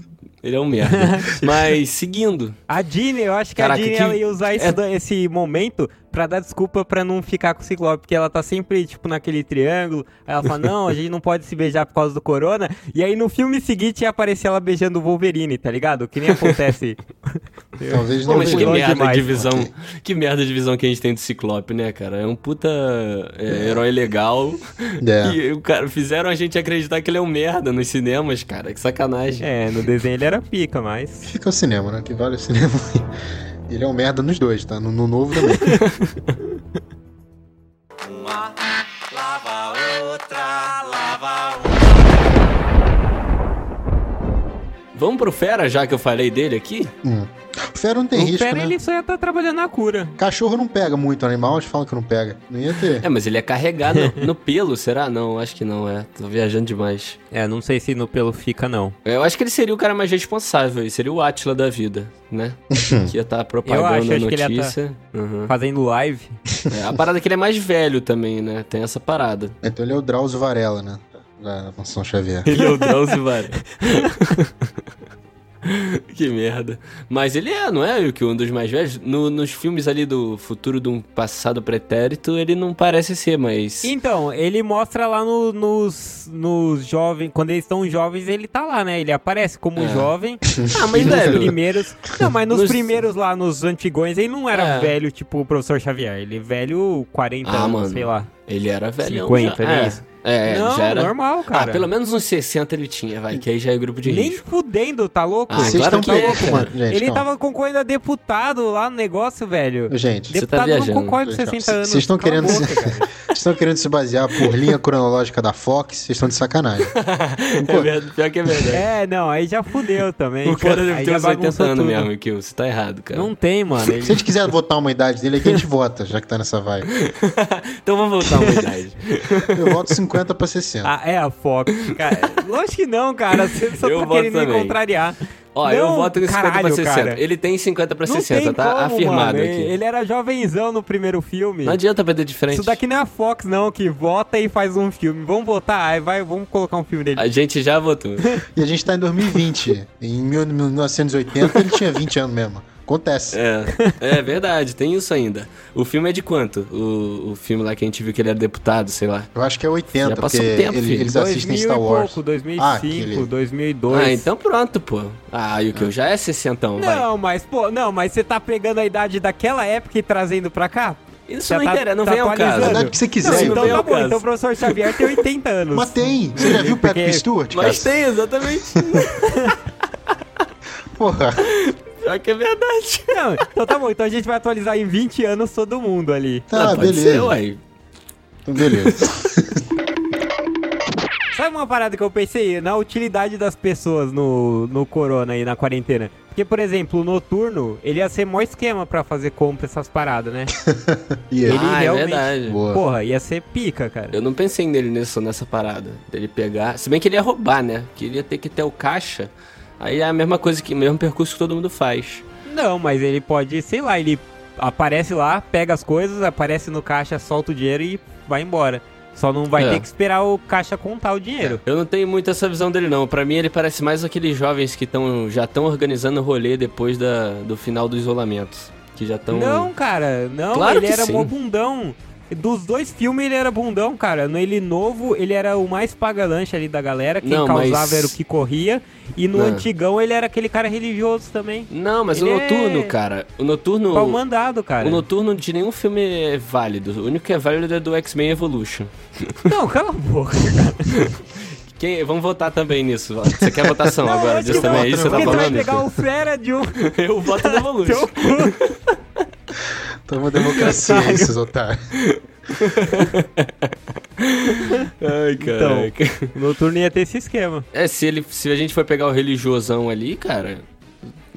Speaker 1: ele é um merda. Mas, seguindo.
Speaker 2: A Dini, eu acho que é-
Speaker 1: Caraca,
Speaker 2: a Dini
Speaker 1: que-
Speaker 2: ela ia usar isso da- esse momento pra dar desculpa pra não ficar com o Ciclope, porque ela tá sempre, tipo, naquele triângulo. Aí ela fala, não, a gente não pode se beijar por causa do corona. E aí no filme seguinte ia aparecer ela beijando o Wolverine, tá ligado? Que nem acontece
Speaker 3: Talvez
Speaker 1: Pô,
Speaker 3: não
Speaker 1: mas que
Speaker 3: veja.
Speaker 2: Longe
Speaker 1: merda
Speaker 2: demais,
Speaker 1: de visão. Que merda de visão que a gente tem do Ciclope, né, cara? É um puta é, herói legal.
Speaker 3: É.
Speaker 1: E o cara fizeram a gente acreditar que ele é um merda nos cinemas, cara. Que sacanagem.
Speaker 2: É, no desenho ele era pica, mas.
Speaker 3: Fica o cinema, né? Que vale o cinema. Ele é um merda nos dois, tá? No, no novo também.
Speaker 1: Vamos pro Fera, já que eu falei dele aqui?
Speaker 3: Hum. Fera não tem
Speaker 2: o
Speaker 3: risco,
Speaker 2: Fera
Speaker 3: né?
Speaker 2: ele só ia estar trabalhando na cura.
Speaker 3: Cachorro não pega muito animal, eles falam que não pega. Não ia ter.
Speaker 1: É, mas ele é carregado no pelo, será? Não, acho que não, é. Tô viajando demais.
Speaker 2: É, não sei se no pelo fica, não.
Speaker 1: Eu acho que ele seria o cara mais responsável, ele seria o Átila da vida, né? que ia estar propagando
Speaker 2: Eu acho,
Speaker 1: a
Speaker 2: acho que ele ia tá.
Speaker 1: notícia. Uhum.
Speaker 2: Fazendo live.
Speaker 1: É, a parada é que ele é mais velho também, né? Tem essa parada.
Speaker 3: Então ele é o Drauzio Varela, né? Da Função Xavier.
Speaker 1: Ele é o Drauzio Varela. que merda. Mas ele é, não é? O que um dos mais velhos. No- nos filmes ali do futuro de um passado pretérito, ele não parece ser, mas.
Speaker 2: Então, ele mostra lá no- nos, nos jovens. Quando eles estão jovens, ele tá lá, né? Ele aparece como
Speaker 1: É.
Speaker 2: jovem.
Speaker 1: Ah, mas
Speaker 2: E nos
Speaker 1: velho.
Speaker 2: é primeiros. Não, mas nos,
Speaker 1: Nos-
Speaker 2: primeiros lá, nos antigões, ele não era
Speaker 1: É.
Speaker 2: velho, tipo o professor Xavier. Ele é velho 40
Speaker 1: Ah,
Speaker 2: anos,
Speaker 1: mano.
Speaker 2: sei lá.
Speaker 1: Ele era velhão.
Speaker 2: 50,
Speaker 1: já.
Speaker 2: né?
Speaker 1: É,
Speaker 2: Isso.
Speaker 1: é,
Speaker 2: não,
Speaker 1: já era.
Speaker 2: normal, cara.
Speaker 1: Ah, pelo menos uns 60 ele tinha, vai, que aí já é grupo de
Speaker 2: Nem
Speaker 1: risco.
Speaker 2: fudendo, tá louco?
Speaker 1: Ah, Vocês claro que
Speaker 3: tão
Speaker 1: é,
Speaker 3: louco,
Speaker 1: cara.
Speaker 3: mano. Gente,
Speaker 2: ele
Speaker 3: calma.
Speaker 2: tava concorrendo a deputado lá no negócio, velho.
Speaker 3: Gente,
Speaker 1: Você tá
Speaker 2: Deputado não
Speaker 1: viajando.
Speaker 2: concorda com
Speaker 3: Legal.
Speaker 2: 60
Speaker 3: Vocês
Speaker 2: anos.
Speaker 3: estão
Speaker 2: cala a
Speaker 3: querendo
Speaker 2: boca,
Speaker 3: se-
Speaker 2: cara.
Speaker 3: vocês estão querendo se basear por linha cronológica da Fox? Vocês estão de sacanagem.
Speaker 1: É verdade, pior que é verdade.
Speaker 2: É, não, aí já fudeu também.
Speaker 1: o cara deve
Speaker 2: É, Aí
Speaker 1: ter
Speaker 2: já
Speaker 1: uns 80
Speaker 2: bagunçou
Speaker 1: anos
Speaker 2: tudo.
Speaker 1: mesmo, que você tá errado, cara.
Speaker 2: Não tem, mano.
Speaker 3: Se a
Speaker 2: Ele...
Speaker 3: gente quiser votar uma idade dele aqui, a gente vota, já que tá nessa vibe.
Speaker 1: Então vamos voltar uma idade.
Speaker 3: Eu voto 50 pra 60.
Speaker 2: Ah, é a Fox. Cara, lógico que não, cara. Você só
Speaker 1: Eu
Speaker 2: tá
Speaker 1: voto
Speaker 2: querendo me
Speaker 1: também.
Speaker 2: contrariar.
Speaker 1: Ó,
Speaker 2: não,
Speaker 1: eu voto em 50 pra
Speaker 2: caralho,
Speaker 1: 60.
Speaker 2: Cara.
Speaker 1: Ele tem 50 pra
Speaker 2: Não
Speaker 1: 60,
Speaker 2: tem
Speaker 1: tá
Speaker 2: como,
Speaker 1: afirmado
Speaker 2: mano.
Speaker 1: aqui.
Speaker 2: Ele era jovenzão no primeiro filme.
Speaker 1: Não adianta perder de frente.
Speaker 2: Isso daqui não é a Fox, não, que vota e faz um filme. Vamos votar, aí vai, vamos colocar um filme dele.
Speaker 1: A gente já votou.
Speaker 3: E a gente tá em 2020. Em 1980 ele tinha 20 anos mesmo. Acontece.
Speaker 1: É, é verdade, tem isso ainda. O filme é de quanto? O, o filme lá que a gente viu que ele era deputado, sei lá.
Speaker 3: Eu acho que é 80,
Speaker 1: Já passou
Speaker 3: porque
Speaker 1: um tempo,
Speaker 3: ele-
Speaker 1: filho.
Speaker 3: eles
Speaker 2: 2000
Speaker 3: assistem Star
Speaker 2: e
Speaker 3: Wars.
Speaker 2: pouco, 2005,
Speaker 3: Ah, aquele-
Speaker 2: 2002.
Speaker 1: Ah, então pronto, pô. Ah, e o que? Já é 60, vai.
Speaker 2: Não, mas, pô, não, mas você tá pegando a idade daquela época e trazendo pra cá?
Speaker 1: Isso
Speaker 2: Já
Speaker 1: não
Speaker 2: tá-
Speaker 1: interessa, não
Speaker 2: tá
Speaker 1: vem ao
Speaker 2: atualizando.
Speaker 1: caso.
Speaker 3: Na idade é que você quiser.
Speaker 2: Não,
Speaker 1: Sim,
Speaker 2: então
Speaker 1: bem
Speaker 2: tá
Speaker 1: ao
Speaker 2: bom,
Speaker 1: caso.
Speaker 2: então o professor Xavier tem 80 anos.
Speaker 3: Mas tem! Você já viu o
Speaker 2: Porque-
Speaker 3: Patrick Stewart, cara?
Speaker 1: Mas tem, exatamente.
Speaker 3: Porra.
Speaker 1: Pior que é verdade.
Speaker 2: Não, então tá bom, então a gente vai atualizar em 20 anos todo mundo ali.
Speaker 3: Tá,
Speaker 1: Ah, pode
Speaker 3: beleza.
Speaker 1: ser, uai.
Speaker 3: Então, beleza.
Speaker 2: Sabe uma parada que eu pensei? Na utilidade das pessoas no, no corona e na quarentena. Porque, por exemplo, o noturno, ele ia ser mó esquema pra fazer compra essas paradas, né?
Speaker 3: E
Speaker 2: Ele
Speaker 3: aí?
Speaker 1: ah, é
Speaker 2: realmente-
Speaker 1: verdade.
Speaker 3: Boa.
Speaker 2: Porra, ia ser pica, cara.
Speaker 1: Eu não pensei nele nisso, nessa parada. Dele pegar. Se bem que ele ia roubar, né? Que ele ia ter que ter o caixa. Aí é a mesma coisa que. mesmo percurso que todo mundo faz.
Speaker 2: Não, mas ele pode, sei lá, ele aparece lá, pega as coisas, aparece no caixa, solta o dinheiro e vai embora. Só não vai
Speaker 1: É.
Speaker 2: ter que esperar o caixa contar o dinheiro.
Speaker 1: Eu não tenho muito essa visão dele, não. Pra mim, ele parece mais aqueles jovens que tão, já estão organizando o rolê depois da, do final do isolamento. Que já estão.
Speaker 2: Não, cara, não,
Speaker 1: Claro
Speaker 2: ele
Speaker 1: que
Speaker 2: era
Speaker 1: sim.
Speaker 2: mó bundão. Dos dois filmes ele era bundão, cara. No Ele Novo, ele era o mais paga-lanche ali da galera. Quem
Speaker 1: Não, mas- É.
Speaker 2: causava era o que corria. E no
Speaker 1: Não.
Speaker 2: Antigão ele era aquele cara religioso também.
Speaker 1: Não, mas o
Speaker 2: Ele é-
Speaker 1: noturno, cara. O noturno.
Speaker 2: Pau mandado, cara.
Speaker 1: O noturno de nenhum filme é válido. O único que é válido é do X-Men Evolution.
Speaker 2: Não, cala a boca.
Speaker 1: Quem... Vamos votar também nisso. Você quer votação
Speaker 2: Não,
Speaker 1: agora
Speaker 2: lógico
Speaker 1: disso
Speaker 2: que
Speaker 1: também?
Speaker 2: não,
Speaker 1: É isso que
Speaker 2: porque
Speaker 1: você tá
Speaker 2: tu vai
Speaker 1: falando?
Speaker 2: pegar o fera de um...
Speaker 1: Eu voto no Evolution.
Speaker 2: Tá.
Speaker 3: Toma democracia aí, esses otários.
Speaker 1: Ai,
Speaker 2: Então,
Speaker 1: caraca.
Speaker 2: o noturno ia ter esse esquema.
Speaker 1: É, se, ele, se a gente for pegar o religiosão ali, cara,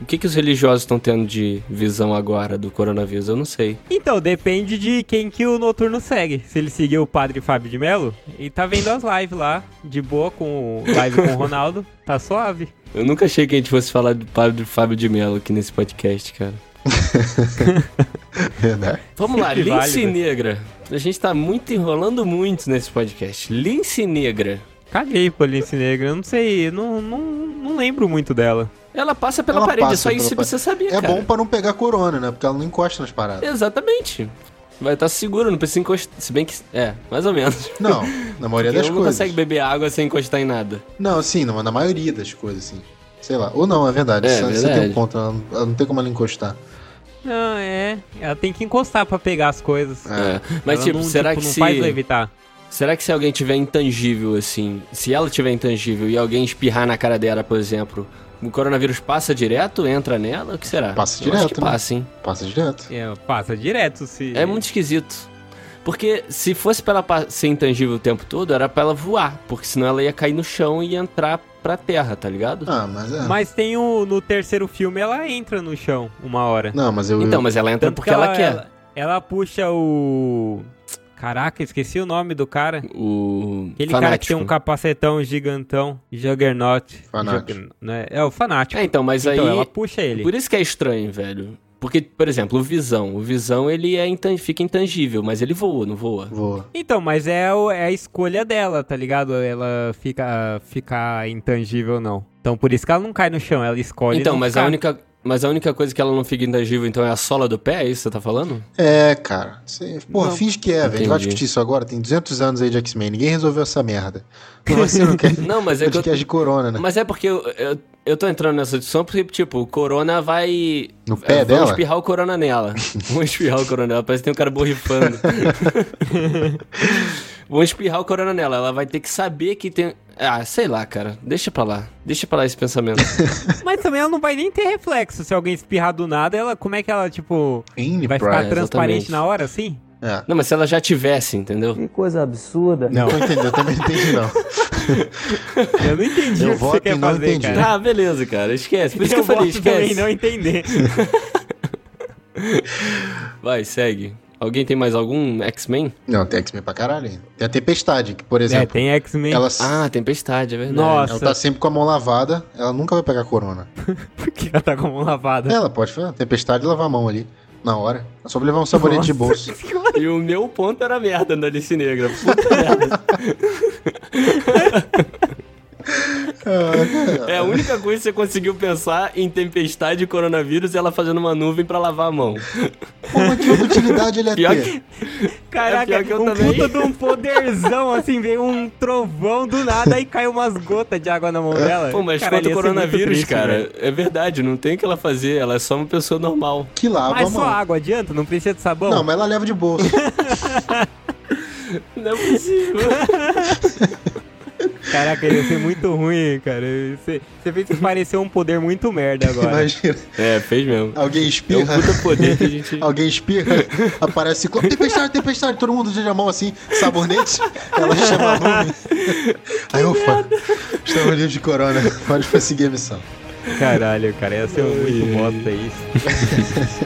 Speaker 1: o que, que os religiosos estão tendo de visão agora do coronavírus? Eu não sei.
Speaker 2: Então, depende de quem que o Noturno segue. Se ele seguir o padre Fábio de Mello, ele tá vendo as lives lá, de boa, com o- live com o Ronaldo, tá suave.
Speaker 1: Eu nunca achei que a gente fosse falar do padre Fábio de Mello aqui nesse podcast, cara.
Speaker 3: É Verdade.
Speaker 1: Vamos lá,
Speaker 2: Sempre
Speaker 1: Lince
Speaker 2: válido.
Speaker 1: Negra. A gente tá muito enrolando muito nesse podcast. Lince Negra.
Speaker 2: Caguei pra Alice Negra, eu não sei, eu não, não, não lembro muito dela.
Speaker 1: Ela passa pela
Speaker 3: Ela
Speaker 1: parede,
Speaker 3: passa
Speaker 1: só isso
Speaker 3: pela
Speaker 1: você sabia,
Speaker 3: É
Speaker 1: cara.
Speaker 3: bom pra não pegar corona, né? Porque ela não encosta nas paradas.
Speaker 1: Exatamente. Vai estar seguro, não precisa encostar. Se bem que. É, mais ou menos.
Speaker 3: Não, na maioria
Speaker 1: Porque
Speaker 3: das
Speaker 1: ela não
Speaker 3: coisas.
Speaker 1: consegue beber água sem encostar em nada.
Speaker 3: Não, assim, não, na maioria das coisas, assim. Sei lá. Ou não, é verdade.
Speaker 1: É,
Speaker 3: Você- Você
Speaker 1: verdade.
Speaker 3: tem um ponto, ela não, ela não tem como ela encostar.
Speaker 2: Não, é. Ela tem que encostar pra pegar as coisas.
Speaker 1: É. Mas,
Speaker 2: Ela
Speaker 1: tipo,
Speaker 2: não,
Speaker 1: será
Speaker 2: tipo,
Speaker 1: que
Speaker 2: não
Speaker 1: se.
Speaker 2: faz levitar?
Speaker 1: Será que se alguém tiver intangível, assim, se ela tiver intangível e alguém espirrar na cara dela, por exemplo, o coronavírus passa direto, entra nela? O que será?
Speaker 3: Passa
Speaker 1: Eu acho
Speaker 3: direto,
Speaker 1: que
Speaker 3: né?
Speaker 1: passa, hein?
Speaker 3: Passa direto.
Speaker 2: É, passa direto se.
Speaker 1: É muito esquisito. Porque se fosse pra ela pa- ser intangível o tempo todo, era pra ela voar, porque senão ela ia cair no chão e entrar pra terra, tá ligado?
Speaker 3: Ah, mas é.
Speaker 2: Mas tem o. No terceiro filme ela entra no chão uma hora.
Speaker 3: Não, mas eu.
Speaker 1: Então, mas ela entra
Speaker 2: Tanto
Speaker 1: porque ela, quer.
Speaker 2: Ela, ela puxa o. Caraca, esqueci o nome do cara.
Speaker 1: O
Speaker 2: Aquele cara que
Speaker 1: fanático.
Speaker 2: tem um capacetão gigantão, Juggernaut.
Speaker 3: Fanático.
Speaker 2: Juggernaut, né? É o fanático.
Speaker 1: É, então, mas
Speaker 2: então
Speaker 1: aí
Speaker 2: ela puxa ele.
Speaker 1: Por isso que é estranho, velho. Porque, por exemplo, o Visão. O Visão, ele é intan- fica intangível, mas ele voa, não voa?
Speaker 3: Voa.
Speaker 2: Então, mas é, o- é a escolha dela, tá ligado? Ela fica, fica intangível, não. Então por isso que ela não cai no chão, ela escolhe.
Speaker 1: então,
Speaker 2: não
Speaker 1: mas
Speaker 2: ficar.
Speaker 1: a única... Mas a única coisa que ela não fica intangível, então, é a sola do pé, é isso que você tá falando?
Speaker 3: É, cara. Você- porra,
Speaker 2: Não.
Speaker 3: finge que é, velho. Vai
Speaker 1: Entendi.
Speaker 3: discutir isso agora. Tem 200 anos aí de X-Men. Ninguém resolveu essa merda. Não vai ser um ca-
Speaker 1: Não, mas é que eu-
Speaker 3: podcast de Corona, né?
Speaker 1: Mas é porque eu, eu, eu tô entrando nessa discussão porque, tipo, o corona vai...
Speaker 3: No pé
Speaker 1: é, vão
Speaker 3: dela?
Speaker 1: espirrar o corona nela. Vão espirrar o corona nela, parece que tem um cara borrifando. Vão espirrar o corona nela, ela vai ter que saber que tem... Ah, sei lá, cara. Deixa pra lá. Deixa pra lá esse pensamento.
Speaker 2: Mas também ela não vai nem ter reflexo. Se alguém espirrar do nada, ela. Como é que ela, tipo.
Speaker 3: Anne
Speaker 2: Vai
Speaker 3: Price.
Speaker 2: ficar transparente
Speaker 1: exatamente.
Speaker 2: na hora, assim?
Speaker 3: É.
Speaker 1: Não, mas se ela já tivesse, entendeu?
Speaker 5: Que coisa absurda.
Speaker 3: Não. tô entendendo, eu também não entendi, não.
Speaker 2: Eu não entendi
Speaker 3: Eu
Speaker 2: o que
Speaker 3: voto
Speaker 2: você
Speaker 3: em
Speaker 2: quer
Speaker 3: não
Speaker 2: fazer,
Speaker 3: entendi.
Speaker 2: cara.
Speaker 1: Ah, beleza, cara. Esquece. Por isso que eu falei,
Speaker 2: voto também
Speaker 1: esquece.
Speaker 2: não entender.
Speaker 1: Vai, segue. Alguém tem mais algum X-Men?
Speaker 3: Não, tem X-Men pra caralho ainda. Tem a Tempestade, que, por
Speaker 2: é,
Speaker 3: exemplo,
Speaker 2: tem X-Men.
Speaker 3: ela,
Speaker 1: Ah, Tempestade, é verdade.
Speaker 2: Nossa.
Speaker 3: ela tá sempre com a mão lavada, ela nunca vai pegar corona.
Speaker 2: Porque ela tá com a mão
Speaker 1: É.
Speaker 2: lavada.
Speaker 3: Ela pode fazer a Tempestade e lavar a mão ali, na hora. É só pra levar um sabonete de bolso.
Speaker 1: E o meu ponto era merda na Alice Negra. Puta merda. É a única coisa que você conseguiu pensar em Tempestade e Coronavírus e ela fazendo uma nuvem pra lavar a mão.
Speaker 3: Como que utilidade ele ia
Speaker 1: Pior
Speaker 3: ter?
Speaker 2: Caraca,
Speaker 1: É pior que eu
Speaker 2: um
Speaker 1: também.
Speaker 2: puta de um poderzão, assim, veio um trovão do nada e caiu umas gotas de água na mão dela.
Speaker 1: É. Pô, mas
Speaker 2: Caralho,
Speaker 1: quanto
Speaker 2: ia
Speaker 1: ao
Speaker 2: ser muito
Speaker 1: coronavírus,
Speaker 2: triste, né?
Speaker 1: cara,
Speaker 2: velho.
Speaker 1: é verdade, não tem o que ela fazer, ela é só uma pessoa normal.
Speaker 3: Que lava a
Speaker 2: Mas
Speaker 3: mão.
Speaker 2: só água adianta? Não precisa de sabão?
Speaker 3: Ah, Não, mas ela leva de bolso.
Speaker 1: Não é possível.
Speaker 2: Caraca, ia ser muito ruim, cara. Você, você fez que pareceu um poder muito merda agora.
Speaker 3: Imagina.
Speaker 1: é, fez mesmo. É
Speaker 3: Alguém
Speaker 1: um
Speaker 3: espirra.
Speaker 1: puta poder que a gente...
Speaker 3: Alguém espirra, aparece ciclo... Tempestade, tempestade, todo mundo de mão assim, sabonete. Ela chama a nuvem. Aí, ufa, estamos livres de corona. Pode prosseguir a missão.
Speaker 2: Caralho, cara, ia ser muito bosta isso.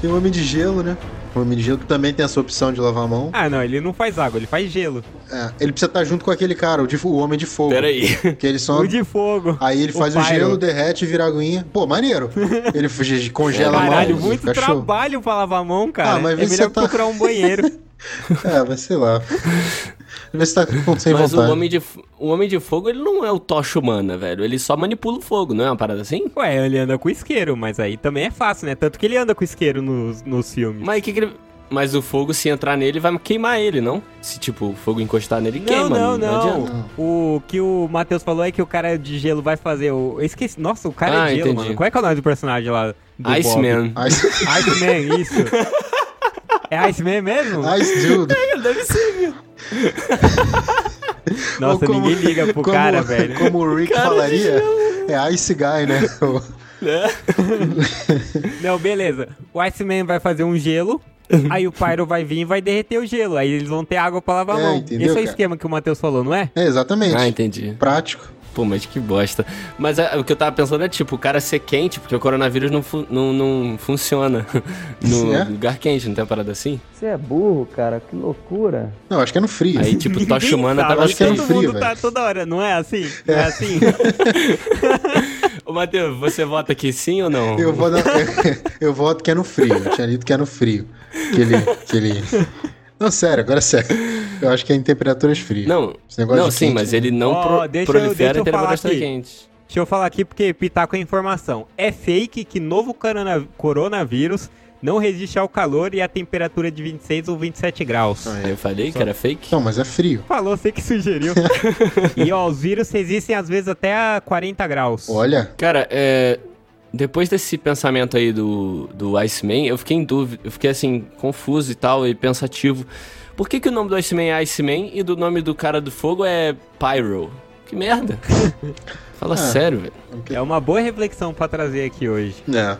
Speaker 3: Tem o Homem de Gelo, né? O Homem de Gelo que também tem essa opção de lavar a mão.
Speaker 2: Ah, não, ele não faz água, ele faz gelo.
Speaker 3: É, ele precisa estar junto com aquele cara, o, de- o Homem de Fogo.
Speaker 1: Pera aí.
Speaker 3: Que ele só...
Speaker 2: O de fogo.
Speaker 3: Aí ele faz o,
Speaker 2: pyro.
Speaker 3: gelo, derrete e vira aguinha. Pô, maneiro. Ele fuge- congela a mão.
Speaker 2: Caralho, muito
Speaker 3: fica show.
Speaker 2: trabalho pra lavar a mão, cara.
Speaker 3: um Ah, mas
Speaker 2: é
Speaker 3: você
Speaker 2: melhor
Speaker 3: tá-
Speaker 2: procurar um banheiro.
Speaker 3: É, mas sei lá. Vê se tá com sem
Speaker 1: Mas o
Speaker 3: vontade.
Speaker 1: homem, de, F- o homem de Fogo, ele não é o tocha humana, velho. Ele só manipula o fogo, não é uma parada assim?
Speaker 2: Ué, ele anda com isqueiro, mas aí também é fácil, né? Tanto que ele anda com isqueiro nos, nos filmes.
Speaker 1: Mas, que que ele- mas o fogo, se entrar nele, vai queimar ele, não? Se, tipo, o fogo encostar nele,
Speaker 2: não,
Speaker 1: queima.
Speaker 2: não, não,
Speaker 1: adianta.
Speaker 2: O que o Matheus falou é que o cara de gelo vai fazer o... Eu esqueci. Nossa, o cara
Speaker 1: Ah,
Speaker 2: de gelo,
Speaker 1: entendi.
Speaker 2: mano. Qual é, que é o nome do personagem lá? Do Bob? Ah,
Speaker 1: Iceman.
Speaker 3: Ice,
Speaker 2: Iceman, isso. É Iceman mesmo?
Speaker 3: Ice Dude.
Speaker 1: Deve ser.
Speaker 2: Nossa,
Speaker 3: Ou como-
Speaker 2: ninguém liga pro
Speaker 3: como-
Speaker 2: cara, velho.
Speaker 3: Como o Rick falaria, é Ice Guy, né? O-
Speaker 2: Não, beleza. O Iceman vai fazer um gelo, aí o Pyro vai vir e vai derreter o gelo. Aí eles vão ter água pra lavar a
Speaker 3: É,
Speaker 2: mão.
Speaker 3: entendeu,
Speaker 2: Esse é o
Speaker 3: cara?
Speaker 2: esquema que o Matheus falou, não é?
Speaker 3: É, exatamente.
Speaker 1: Ah, entendi.
Speaker 3: Prático.
Speaker 1: Pô, mas que bosta. Mas ah, o que eu tava pensando é, tipo, o cara ser quente, porque o coronavírus não, fu- não, não funciona no
Speaker 3: É?
Speaker 1: lugar quente, não tem uma parada assim?
Speaker 5: Você é burro, cara. Que loucura.
Speaker 3: Não, acho que é no frio.
Speaker 1: Aí, tipo, tocha
Speaker 2: Ninguém
Speaker 1: humana
Speaker 2: sabe,
Speaker 1: tava assim.
Speaker 3: acho que era
Speaker 1: quente.
Speaker 2: Todo
Speaker 3: no frio,
Speaker 2: mundo
Speaker 3: velho.
Speaker 2: tá toda hora, não é assim? Não é assim?
Speaker 1: Ô, Matheus, você vota que sim ou não?
Speaker 3: Eu, vou dar- eu voto que é no frio. Eu tinha dito que é no frio. Que ele, que ele... Não, sério, agora é sério. Eu acho que é em temperaturas frias.
Speaker 1: Não,
Speaker 3: Esse negócio
Speaker 1: não
Speaker 3: de
Speaker 1: sim,
Speaker 3: quente,
Speaker 1: mas
Speaker 3: né?
Speaker 1: ele não
Speaker 2: Ó,
Speaker 1: pro,
Speaker 2: deixa eu-
Speaker 1: prolifera
Speaker 2: deixa eu
Speaker 1: em
Speaker 2: falar
Speaker 1: temperatura
Speaker 2: aqui.
Speaker 1: quente.
Speaker 2: Deixa eu falar aqui porque Pitaco é informação. É fake que novo corona- coronavírus não resiste ao calor e à temperatura de 26 ou 27 graus.
Speaker 1: Eu falei que era fake?
Speaker 3: Ah, Não, mas é frio.
Speaker 2: Falou, você que sugeriu. e ó, os vírus resistem às vezes até a 40 graus.
Speaker 3: Olha,
Speaker 1: Cara, é, depois desse pensamento aí do, do Iceman, eu fiquei em dúvida, eu fiquei assim, confuso e tal, e pensativo. Por que, que o nome do Iceman é Iceman e do nome do cara do fogo é Pyro? Que merda!
Speaker 3: Ah.
Speaker 1: Fala sério, velho.
Speaker 2: É uma boa reflexão pra trazer aqui hoje.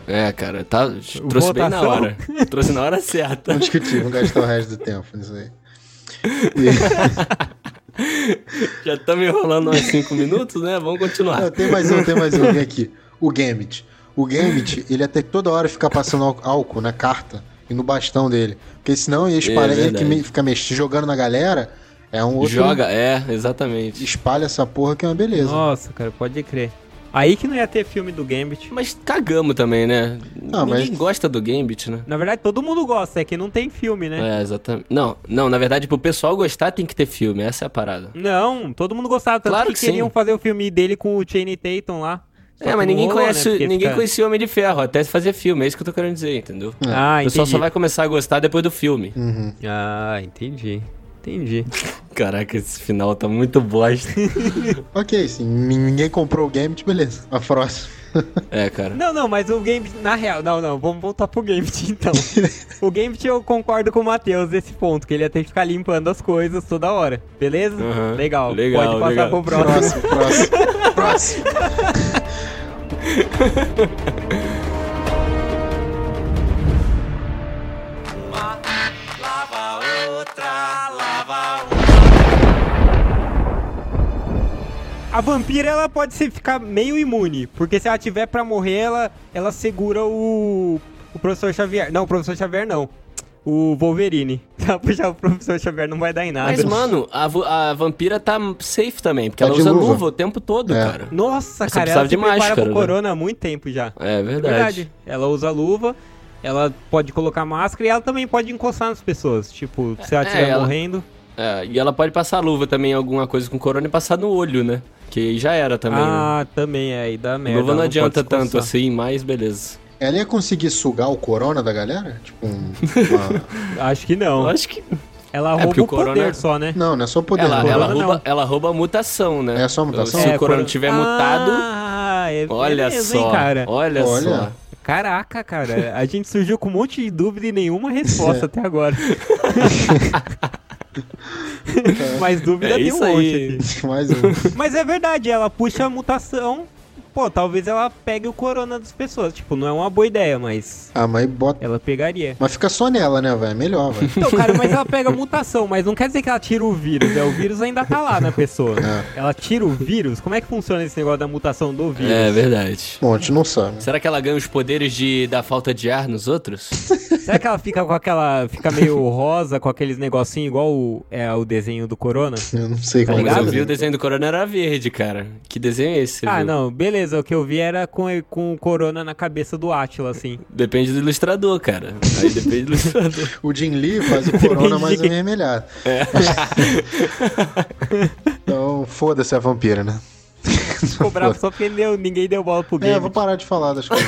Speaker 3: é,
Speaker 1: É, cara, tá, trouxe bem na
Speaker 2: Votação.
Speaker 1: hora. Trouxe na hora certa.
Speaker 3: não discutir, vamos gastar o resto do tempo nisso aí. E-
Speaker 1: Já estamos enrolando uns 5 minutos, né? Vamos
Speaker 3: Não,
Speaker 1: continuar.
Speaker 3: tem mais um, tem mais um, vem aqui. O Gambit. O Gambit, ele ia ter que toda hora ficar passando ál- álcool na carta e no bastão dele. Porque senão ia espalhar,
Speaker 1: É
Speaker 3: ele que
Speaker 1: verdade.
Speaker 3: me- fica mex- jogando na galera, é um outro...
Speaker 1: Joga, é, exatamente.
Speaker 3: Espalha essa porra que é uma beleza.
Speaker 2: Nossa, cara, pode crer. Aí que não ia ter filme do Gambit.
Speaker 1: Mas cagamos também, né?
Speaker 3: Ah, mas-
Speaker 1: Ninguém gosta do Gambit, né?
Speaker 2: Na verdade, todo mundo gosta, é que não tem filme, né?
Speaker 1: É, exatamente. Não, não, na verdade, pro pessoal gostar tem que ter filme, essa é a parada.
Speaker 2: Não, todo mundo gostava, tanto
Speaker 1: Claro
Speaker 2: que,
Speaker 1: que sim.
Speaker 2: queriam fazer o filme dele com o Channing Tatum lá. Só
Speaker 1: é, mas
Speaker 2: que não
Speaker 1: ninguém
Speaker 2: rolou,
Speaker 1: conhece,
Speaker 2: né, porque
Speaker 1: ninguém
Speaker 2: fica-
Speaker 1: conhecia o Homem de Ferro, até fazer filme, é isso que eu tô querendo dizer, entendeu?
Speaker 2: Ah,
Speaker 1: o pessoal
Speaker 2: entendi.
Speaker 1: só vai começar a gostar depois do filme.
Speaker 3: Uhum.
Speaker 2: Ah, entendi. Entendi.
Speaker 1: Caraca, esse final tá muito bosta.
Speaker 3: Ok, sim, nin- ninguém comprou o Gambit, beleza. A próxima.
Speaker 1: é, cara.
Speaker 2: Não, não, mas o Gambit, na real, não, não, vamos voltar pro Gambit então. o Gambit eu concordo com o Matheus nesse ponto, que ele ia ter que ficar limpando as coisas toda hora, beleza?
Speaker 1: Aham.
Speaker 2: Legal,
Speaker 1: Legal,
Speaker 2: pode passar
Speaker 1: legal.
Speaker 2: pro próximo.
Speaker 3: Próximo, próximo, próximo.
Speaker 2: A vampira, ela pode se ficar meio imune, porque se ela tiver pra morrer, ela, ela segura o, o professor Xavier. Não, o professor Xavier não. O Wolverine. Se ela puxar o professor Xavier, não vai dar em nada.
Speaker 1: Mas, mano, a, vo- a vampira tá safe também, porque
Speaker 3: Tá
Speaker 1: ela
Speaker 3: de
Speaker 1: usa
Speaker 3: luva.
Speaker 1: luva o tempo todo,
Speaker 3: É.
Speaker 1: cara.
Speaker 2: Nossa,
Speaker 1: Você
Speaker 2: cara,
Speaker 1: precisava
Speaker 2: ela se
Speaker 1: de
Speaker 2: prepara
Speaker 1: máscara,
Speaker 2: pro
Speaker 1: né?
Speaker 2: corona há muito tempo já.
Speaker 1: É
Speaker 2: É
Speaker 1: verdade.
Speaker 2: verdade. Ela usa luva, ela pode colocar máscara e ela também pode encostar nas pessoas. Tipo, se ela
Speaker 1: É,
Speaker 2: estiver
Speaker 1: ela-
Speaker 2: morrendo.
Speaker 1: É, e ela pode passar luva também, alguma coisa com corona e passar no olho, né? Que aí já era também. né?
Speaker 2: ah, também é, aí dá merda.
Speaker 1: luva
Speaker 2: ela
Speaker 1: não
Speaker 2: pode
Speaker 1: adianta
Speaker 2: se
Speaker 1: tanto
Speaker 2: coçar.
Speaker 1: assim, mas beleza.
Speaker 3: Ela ia conseguir sugar o corona da galera? Tipo, um, uma...
Speaker 2: Acho que
Speaker 1: Eu
Speaker 2: não.
Speaker 1: acho que
Speaker 2: Ela
Speaker 1: assim. É porque
Speaker 2: rouba
Speaker 1: o
Speaker 2: o poder
Speaker 1: corona-
Speaker 2: só, né?
Speaker 3: Não, não é só o poder.
Speaker 1: Ela,
Speaker 3: corona.
Speaker 1: ela,
Speaker 2: não.
Speaker 1: rouba, ela rouba a mutação, né?
Speaker 3: É só a mutação?
Speaker 1: Se
Speaker 3: É,
Speaker 1: o corona tiver
Speaker 2: ah,
Speaker 1: mutado,
Speaker 2: é
Speaker 1: olha
Speaker 2: beleza,
Speaker 1: só.
Speaker 2: Hein, cara?
Speaker 1: Olha,
Speaker 3: Olha.
Speaker 1: só.
Speaker 2: Caraca, cara, a gente surgiu com um monte de dúvida e nenhuma resposta até agora. Mas dúvida
Speaker 1: É
Speaker 2: tem um
Speaker 1: isso
Speaker 2: monte
Speaker 1: aí.
Speaker 2: aqui.
Speaker 3: Mais um.
Speaker 2: Mas é verdade, ela puxa a mutação. Pô, talvez ela pegue o corona das pessoas. Tipo, não é uma boa ideia, mas
Speaker 3: Ah, mas bota...
Speaker 2: ela pegaria.
Speaker 3: Mas fica só nela, né, velho? Melhor, velho.
Speaker 2: Então, cara, mas ela pega a mutação, mas não quer dizer que ela tira o vírus, né? O vírus ainda tá lá na pessoa.
Speaker 3: É.
Speaker 2: Ela tira o vírus? Como é que funciona esse negócio da mutação do vírus?
Speaker 1: É verdade.
Speaker 3: Bom, a gente não sabe.
Speaker 1: Será que ela ganha os poderes de da falta de ar nos outros?
Speaker 2: Será que ela fica com aquela. fica meio rosa, com aqueles negocinhos igual o, é, o desenho do corona?
Speaker 3: Eu não sei
Speaker 1: Pô,
Speaker 3: como
Speaker 1: mas
Speaker 2: tá ligado?
Speaker 1: eu vi
Speaker 3: fazer.
Speaker 1: o desenho do Corona era verde, cara. Que desenho é esse? você
Speaker 2: Ah,
Speaker 1: viu?
Speaker 2: não, beleza. O que eu vi era com, com o corona na cabeça do Átila, assim.
Speaker 1: Depende do ilustrador, cara. Aí depende do ilustrador.
Speaker 3: O Jim Lee faz o corona é mais
Speaker 2: quem.
Speaker 3: avermelhado.
Speaker 2: É.
Speaker 3: então, foda-se a vampira, né?
Speaker 2: Ficou bravo só porque deu- ninguém deu bola pro game.
Speaker 3: É, vou parar de falar das coisas.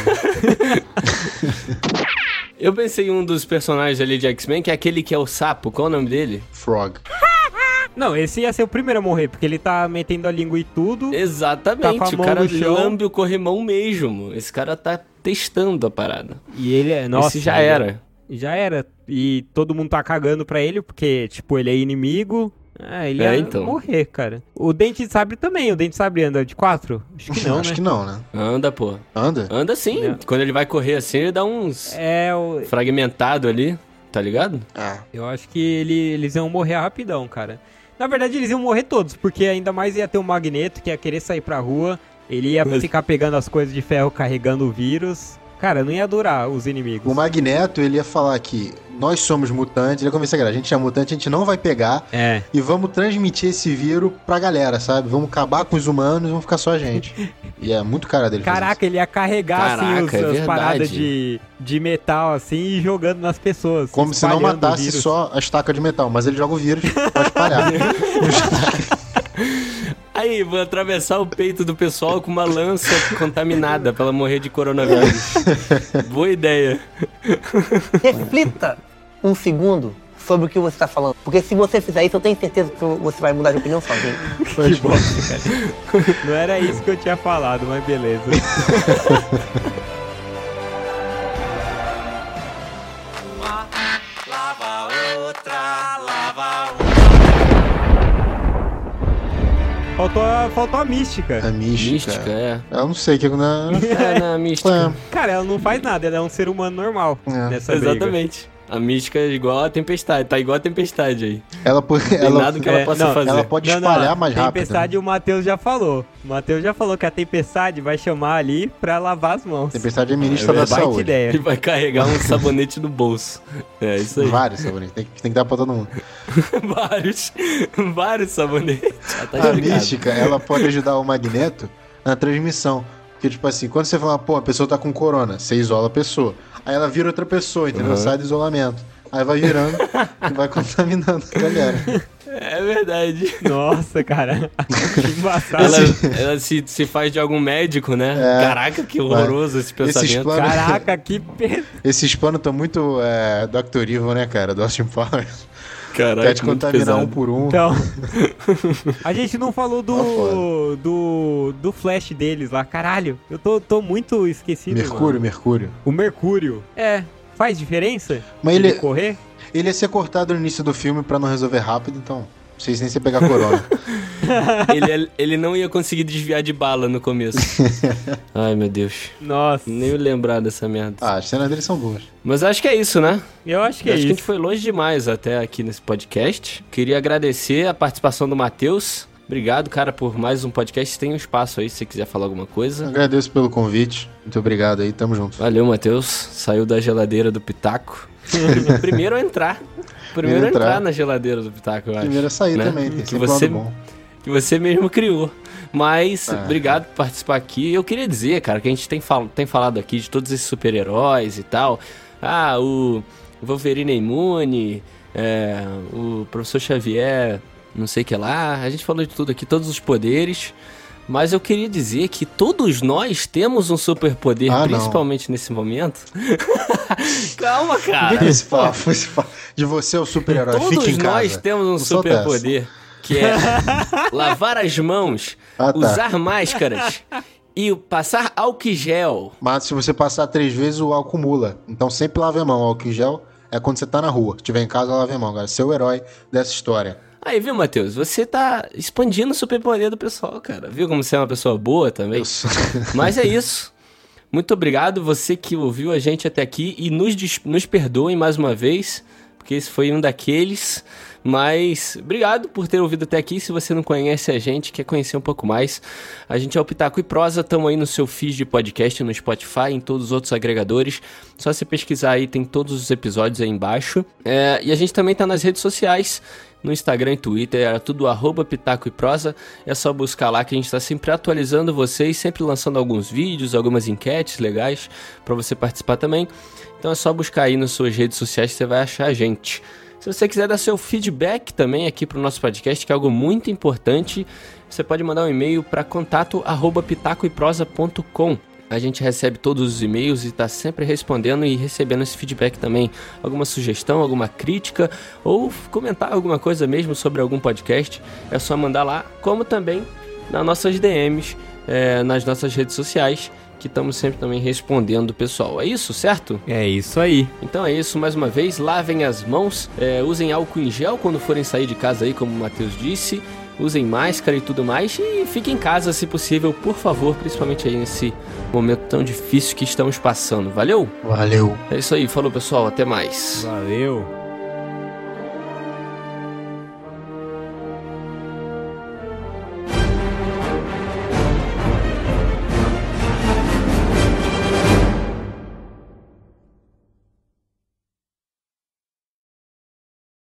Speaker 1: Eu pensei em um dos personagens ali de X-Men, que é aquele que é o sapo. Qual o nome dele?
Speaker 3: Frog.
Speaker 2: Não, esse ia ser o primeiro a morrer, porque ele tá metendo a língua e tudo.
Speaker 1: Exatamente.
Speaker 2: Tá com a
Speaker 1: o
Speaker 2: mão
Speaker 1: cara
Speaker 2: no chão.
Speaker 1: lambe o corrimão mesmo. Esse cara tá testando a parada.
Speaker 2: E ele é. Nossa.
Speaker 1: esse já
Speaker 2: ele-
Speaker 1: era.
Speaker 2: Já era. E todo mundo tá cagando pra ele, porque, tipo, ele é inimigo. Ah, ele
Speaker 1: É,
Speaker 2: ia
Speaker 1: então.
Speaker 2: morrer, cara. O Dente de Sabre também. O Dente de Sabre anda de quatro? Acho que não,
Speaker 3: Acho
Speaker 2: né?
Speaker 3: que não, né?
Speaker 1: Anda, pô.
Speaker 3: Anda?
Speaker 1: Anda sim.
Speaker 2: Não.
Speaker 1: Quando ele vai correr assim, ele dá uns
Speaker 2: É, o-
Speaker 1: fragmentado ali, tá ligado?
Speaker 3: Ah.
Speaker 2: eu acho que ele- eles iam morrer rapidão, cara. Na verdade, eles iam morrer todos, porque ainda mais ia ter o Magneto, que ia querer sair pra rua. Ele ia ficar pegando as coisas de ferro, carregando o vírus. Cara, não ia durar os inimigos.
Speaker 3: O Magneto, ele ia falar que nós somos mutantes. Ele ia convencer a galera, a gente é mutante, a gente não vai pegar.
Speaker 2: É.
Speaker 3: E vamos transmitir esse vírus pra galera, sabe? Vamos acabar com os humanos e vamos ficar só a gente. E é muito cara dele fazer
Speaker 2: Caraca, ele ia carregar assim, os,
Speaker 1: Caraca, é
Speaker 2: as
Speaker 1: verdade.
Speaker 2: paradas de, de metal assim e jogando nas pessoas.
Speaker 3: isso. Como se não
Speaker 2: espalhando o
Speaker 3: matasse
Speaker 2: vírus.
Speaker 3: só a estaca de metal. Mas ele joga o vírus pra espalhar.
Speaker 1: Ah, Aí, vou atravessar o peito do pessoal com uma lança contaminada pra ela morrer de coronavírus. Boa ideia.
Speaker 6: Reflita um segundo sobre o que você está falando. Porque se você fizer isso, eu tenho certeza que você vai mudar de opinião sozinho.
Speaker 3: Pode falar.
Speaker 2: Não era isso que eu tinha falado, mas beleza. Faltou a, faltou a mística.
Speaker 3: A mística.
Speaker 1: Mística, é.
Speaker 3: Eu não sei o que na.
Speaker 1: É, na mística.
Speaker 3: É,
Speaker 2: Cara, ela não faz nada, ela é um ser humano normal.
Speaker 3: É.
Speaker 2: Nessa briga.
Speaker 1: Exatamente. A mística é igual a tempestade, tá igual a tempestade aí.
Speaker 3: ela pode.
Speaker 1: Tem
Speaker 3: Ela,
Speaker 1: nada que ela
Speaker 2: é,
Speaker 1: possa
Speaker 2: não,
Speaker 1: fazer.
Speaker 3: ela pode espalhar mais rápido.
Speaker 2: Tempestade,
Speaker 3: né?
Speaker 2: o Matheus já falou. O Matheus já falou que a tempestade vai chamar ali pra lavar as mãos.
Speaker 3: Tempestade é ministra da
Speaker 2: Baita
Speaker 1: Ele
Speaker 3: saúde.
Speaker 2: ideia.
Speaker 1: vai carregar um sabonete no bolso. É isso aí.
Speaker 3: Vários sabonetes. Tem, que- tem que dar pra todo mundo.
Speaker 1: vários, vários sabonetes. Ah, tá
Speaker 3: a
Speaker 1: explicado.
Speaker 3: mística, ela pode ajudar o Magneto na transmissão. Porque, tipo assim, quando você fala, pô, a pessoa tá com corona, você isola a pessoa. Aí ela vira outra pessoa, entendeu? Sai do isolamento. Aí vai virando e vai contaminando a galera.
Speaker 1: É verdade.
Speaker 2: Nossa, cara. que embaçado.
Speaker 1: Tá, Ela, ela se, se faz de algum médico, né?
Speaker 3: É.
Speaker 1: Caraca, que horroroso esse pensamento.
Speaker 3: planos-
Speaker 2: Caraca, que pena.
Speaker 3: Esses planos estão tá muito é, Dr. Evil, né, cara? Do Austin Powers.
Speaker 1: Caraca,
Speaker 3: Quer te
Speaker 1: Tá muito
Speaker 3: contaminar um
Speaker 1: pesado.
Speaker 3: por um.
Speaker 2: Então, a gente não falou
Speaker 3: Tá
Speaker 2: do,
Speaker 3: foda.
Speaker 2: do do flash deles lá, caralho. Eu tô, tô muito esquecido.
Speaker 3: Mercúrio,
Speaker 2: mano.
Speaker 3: Mercúrio.
Speaker 2: O Mercúrio. É, faz diferença?
Speaker 3: Mas ele,
Speaker 2: correr?
Speaker 3: ele ia ser cortado no início do filme pra não resolver rápido, então. Não sei se nem você pegar corona.
Speaker 1: Ele, é, ele não ia conseguir desviar de bala no começo. Ai, meu Deus.
Speaker 2: Nossa.
Speaker 1: Nem lembrar dessa merda.
Speaker 3: ah, as cenas dele são boas.
Speaker 1: Mas acho que é isso, né?
Speaker 2: Eu acho que
Speaker 1: Eu
Speaker 2: é
Speaker 1: acho que a gente
Speaker 2: isso.
Speaker 1: foi longe demais até aqui nesse podcast. Queria agradecer a participação do Matheus. Obrigado, cara, por mais um podcast. Tem um espaço aí se você quiser falar alguma coisa.
Speaker 3: Agradeço pelo convite. Muito obrigado aí, tamo junto.
Speaker 1: Valeu, Matheus. Saiu da geladeira do Pitaco. Prime- Primeiro a entrar. Primeiro a entrar.
Speaker 3: entrar.
Speaker 1: na geladeira do Pitaco, eu acho.
Speaker 3: Primeiro a sair
Speaker 1: né?
Speaker 3: também, tem
Speaker 1: Que
Speaker 3: sempre
Speaker 1: você,
Speaker 3: um lado bom.
Speaker 1: que você mesmo criou. Mas,
Speaker 3: Ah.
Speaker 1: obrigado por participar aqui. Eu queria dizer, cara, que a gente tem, fal tem falado aqui de todos esses super-heróis e tal. Ah, o Wolverine é imune, é, o Professor Xavier, não sei o que lá. A gente falou de tudo aqui, todos os poderes. Mas eu queria dizer que todos nós temos um superpoder,
Speaker 3: Ah, não.
Speaker 1: principalmente nesse momento. Calma, cara.
Speaker 3: Esse papo, esse papo. De você é o super-herói,
Speaker 1: Todos
Speaker 3: fica em casa.
Speaker 1: nós temos um
Speaker 3: Não solta essa.
Speaker 1: superpoder, que é lavar as mãos,
Speaker 3: Ah, tá.
Speaker 1: usar máscaras e passar álcool em gel.
Speaker 3: Mas se você passar três vezes, o álcool acumula. Então sempre lave a mão. O álcool em gel é quando você tá na rua. Se tiver em casa, lave a mão, cara. Seu herói dessa história.
Speaker 1: Aí, viu, Matheus? Você tá expandindo o superpoder do pessoal, cara. Viu como você é uma pessoa boa também? Mas é isso. Muito obrigado você que ouviu a gente até aqui e nos, des- nos perdoem mais uma vez, porque esse foi um daqueles. Mas obrigado por ter ouvido até aqui. Se você não conhece a gente, quer conhecer um pouco mais, a gente é o Pitaco e Prosa. Estamos aí no seu feed de podcast, no Spotify, em todos os outros agregadores. Só você pesquisar aí, tem todos os episódios aí embaixo. É, e a gente também tá nas redes sociais. No Instagram e Twitter, era tudo arroba Pitaco e Prosa. É só buscar lá que a gente está sempre atualizando vocês, sempre lançando alguns vídeos, algumas enquetes legais para você participar também. Então é só buscar aí nas suas redes sociais que você vai achar a gente. Se você quiser dar seu feedback também aqui para o nosso podcast, que é algo muito importante, você pode mandar um e-mail para contato arroba pitacoeprosa.com. A gente recebe todos os e-mails e está sempre respondendo e recebendo esse feedback também. Alguma sugestão, alguma crítica ou comentar alguma coisa mesmo sobre algum podcast, é só mandar lá, como também nas nossas DMs, é, nas nossas redes sociais, que estamos sempre também respondendo o pessoal. É isso, certo?
Speaker 2: É isso aí.
Speaker 1: Então é isso, mais uma vez, lavem as mãos, é, usem álcool em gel quando forem sair de casa aí, como o Matheus disse, usem máscara e tudo mais, e fiquem em casa se possível, por favor, principalmente aí nesse momento tão difícil que estamos passando. Valeu?
Speaker 3: Valeu.
Speaker 1: É isso aí, falou pessoal, até mais.
Speaker 2: Valeu.